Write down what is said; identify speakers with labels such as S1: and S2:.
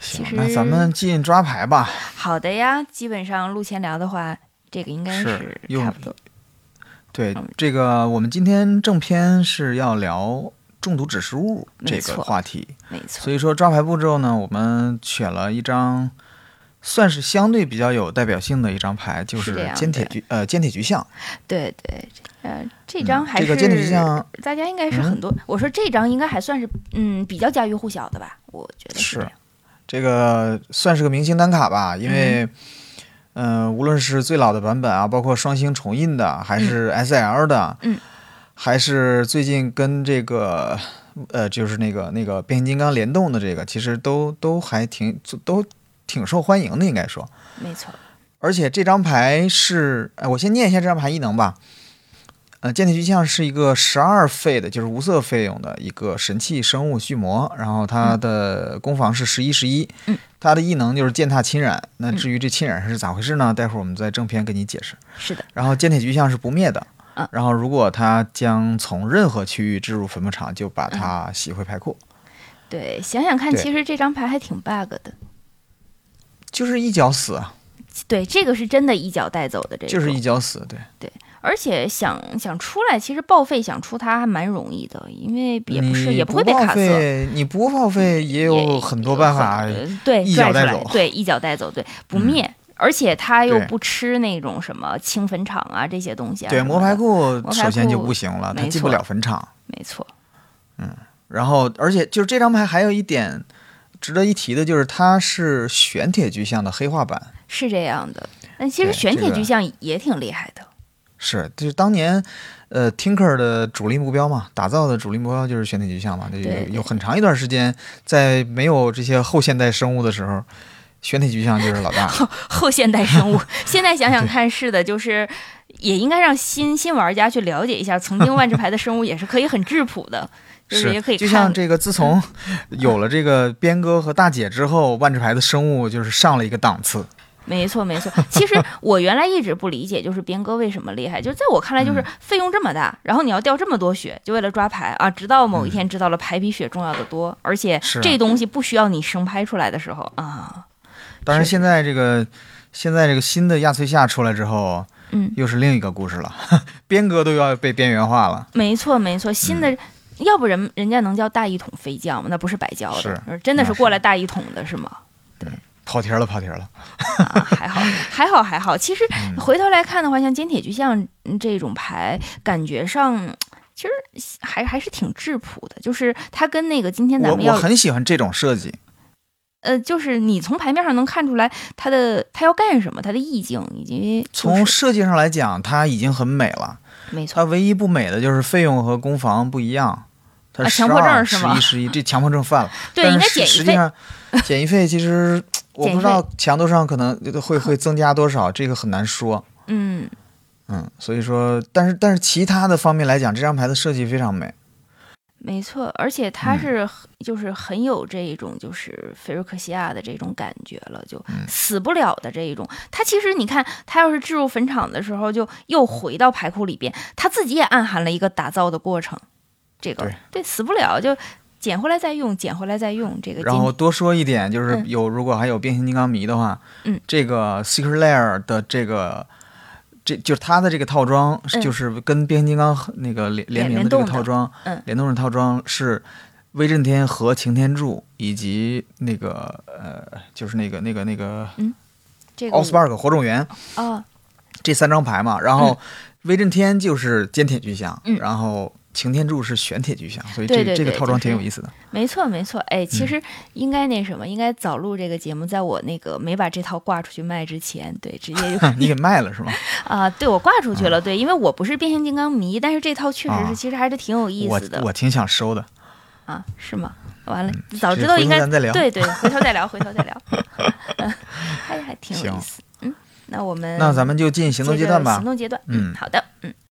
S1: 行
S2: 其，
S1: 那咱们进抓牌吧。
S2: 好的呀，基本上录前聊的话，这个应该
S1: 是用
S2: 差不多。
S1: 对
S2: 嗯，
S1: 这个我们今天正片是要聊中毒指示物这
S2: 没
S1: 个
S2: 错
S1: 话题，
S2: 没错
S1: 所，以说抓牌步骤呢，我们选了一张算是相对比较有代表性的一张牌，就是
S2: 这
S1: 是
S2: 样
S1: 尖铁
S2: 的
S1: 局呃尖铁局象。
S2: 对对，呃，这
S1: 嗯
S2: 张还
S1: 这
S2: 是
S1: 个尖铁局象
S2: 大家应该是
S1: 嗯
S2: 很多，我说这张应该还算是嗯比较家喻户晓的吧，我觉得
S1: 是
S2: 这样
S1: 这个算是个明星单卡吧，因为，呃，无论是最老的版本啊，包括双星重印的，还是 SL 的，
S2: 嗯，
S1: 还是最近跟这个，呃，就是那个那个变形金刚联动的这个，其实都都还挺都挺受欢迎的，应该说。
S2: 没错，
S1: 而且这张牌是，哎，我先念一下这张牌异能吧。呃，剑体巨象是一个十二费的，就是无色费用的一个神器生物巨魔，然后它的攻防是十一十一
S2: 嗯，
S1: 它的异能就是践踏侵染。那至于这侵染是咋回事呢？待会儿我们在正片给你解释。
S2: 是的，
S1: 然后剑铁巨象是不灭的
S2: 嗯，
S1: 然后如果它将从任何区域置入坟墓场，就把
S2: 嗯
S1: 它洗回牌库。
S2: 对，想想看，
S1: 对
S2: 其实这张牌还挺 bug 的，
S1: 就是一脚死，啊，
S2: 对，这个是真的一脚带走的这个，
S1: 就是一脚死，对，
S2: 而且想想出来，其实报废想出它还蛮容易的，因为也不是
S1: 你
S2: 也
S1: 不
S2: 会被
S1: 报
S2: 卡死。嗯
S1: 废，你不报废也有很多
S2: 有
S1: 办
S2: 很
S1: 法，
S2: 呃对，
S1: 一
S2: 拽
S1: 脚
S2: 出
S1: 带
S2: 来
S1: 走，嗯
S2: 对，一脚带走，对，不灭，而且它又
S1: 对
S2: 不吃那种什么清坟场啊这些东西啊。
S1: 对，魔牌，库
S2: 牌
S1: 首先就
S2: 库
S1: 不行了，它
S2: 没
S1: 进不
S2: 错
S1: 了坟场。
S2: 没错，
S1: 然后，而且就是这张牌还有一点值得一提的，就是它是玄铁巨象的黑化版。
S2: 是这样的。但其实
S1: 对
S2: 玄
S1: 这
S2: 铁
S1: 个
S2: 巨象也挺厉害的，
S1: 是，就是当年，呃，Tinker 的主力目标嘛，打造的主力目标就是玄铁巨象嘛。就
S2: 对
S1: 有
S2: 对
S1: 有很长一段时间，在没有这些后现代生物的时候，玄铁巨象就是老大。
S2: 后现代生物。现在想想看，是的，就是。也应该让新新玩家去了解一下，曾经万智牌的生物也是可以很质朴的， 就是也可以
S1: 就
S2: 看。
S1: 像这个，自 从有了这个边哥和大姐之后，万智牌的生物就是上了一个档次。
S2: 没错，没错。其 实我原来一直不理解，就是边哥为什么厉害，就在我看来，
S1: 嗯
S2: 就是费用这么大，然后你要掉这么多血，就为了抓牌啊！直到某一天知道了牌比血重要的多，而且
S1: 嗯是啊
S2: 这东西不需要你生拍出来的时候啊，
S1: 当然，
S2: 是
S1: 现在这个现在这个新的亚翠夏出来之后，
S2: 嗯，
S1: 又是另一个故事了， 边哥都要被边缘化了。
S2: 没错，没错，新
S1: 嗯
S2: 的。要不人人家能叫大一统飞将吗？那不是白教的
S1: 是，
S2: 而真的是
S1: 那是
S2: 过来大一统的是吗？
S1: 跑题儿了，跑题儿了。
S2: 啊，还好，还好，还好。其实
S1: 嗯
S2: 回头来看的话，像尖铁巨象嗯这种牌，感觉上其实还还是挺质朴的。就是它跟那个今天咱
S1: 我
S2: 们
S1: 我
S2: 要
S1: 很喜欢这种设计，
S2: 呃，就是你从牌面上能看出来它的它要干什么，它的意境以及就
S1: 从呃
S2: 是
S1: 设计上来讲，它已经很美了。
S2: 没错
S1: 它唯一不美的就是费用和攻防不一样。它
S2: 啊
S1: 十
S2: 强迫
S1: 二、
S2: 症
S1: 十
S2: 是吗
S1: 一、十一，这强迫症犯了。
S2: 对，应
S1: 但
S2: 该
S1: 是
S2: 减
S1: 实
S2: 一
S1: 际
S2: 费。
S1: 上，减一费其 实我不知道强度上可能会会增加多少，这个很难说。
S2: 嗯，
S1: 嗯，所以说，但是但是其他的方面来讲，这张牌的设计非常美。
S2: 没错，而且它
S1: 嗯
S2: 是很、就是很有这一种就是菲瑞克西亚的这种感觉了，就
S1: 嗯
S2: 死不了的这一种。它其实你看，它要是置入坟场的时候，就又回到牌库里边，它自己也暗含了一个打造的过程。这个
S1: 对
S2: 死不了就捡回来再用，捡回来再用。这个
S1: 然
S2: 今
S1: 后多说一点，就是
S2: 嗯
S1: 有、如果还有变形金刚迷的话，
S2: 嗯，
S1: 这个 Secret Lair 的这个。这就是它的这个套装，
S2: 嗯
S1: 就是跟变形金刚和那个联联名的
S2: 联
S1: 这
S2: 动
S1: 个
S2: 的
S1: 套装，
S2: 嗯
S1: 联动的套装是威震天和擎天柱以及那个呃，就是那个那个那个
S2: 这个
S1: 奥斯巴尔克火种源
S2: 啊，
S1: 这三张牌嘛。然后威震天就是尖铁巨象，
S2: 嗯
S1: 然后擎天柱是玄铁巨象，所以这
S2: 对对
S1: 这个
S2: 对
S1: 套装
S2: 就是
S1: 挺有意思的。
S2: 没错没错。哎，其
S1: 嗯
S2: 实应该那什么，应该早录这个节目，在我那个没把这套挂出去卖之前，对，直接就
S1: 你给卖了是吗？
S2: 啊，对我挂出去了，对，因为我不是变形金刚迷，但是这套确实
S1: 嗯啊
S2: 是，其实还是挺有 意
S1: 我
S2: 思的
S1: 我挺想收的。
S2: 啊，是吗？完了，早
S1: 这
S2: 知道
S1: 回
S2: 应
S1: 头
S2: 该
S1: 咱再聊
S2: 对对，回头再聊，回头再聊， 嗯还还挺有意
S1: 行
S2: 思，嗯，那我们
S1: 那咱们就进行动
S2: 接
S1: 阶
S2: 着
S1: 段吧
S2: 行。动阶段，
S1: 嗯
S2: 好的，嗯，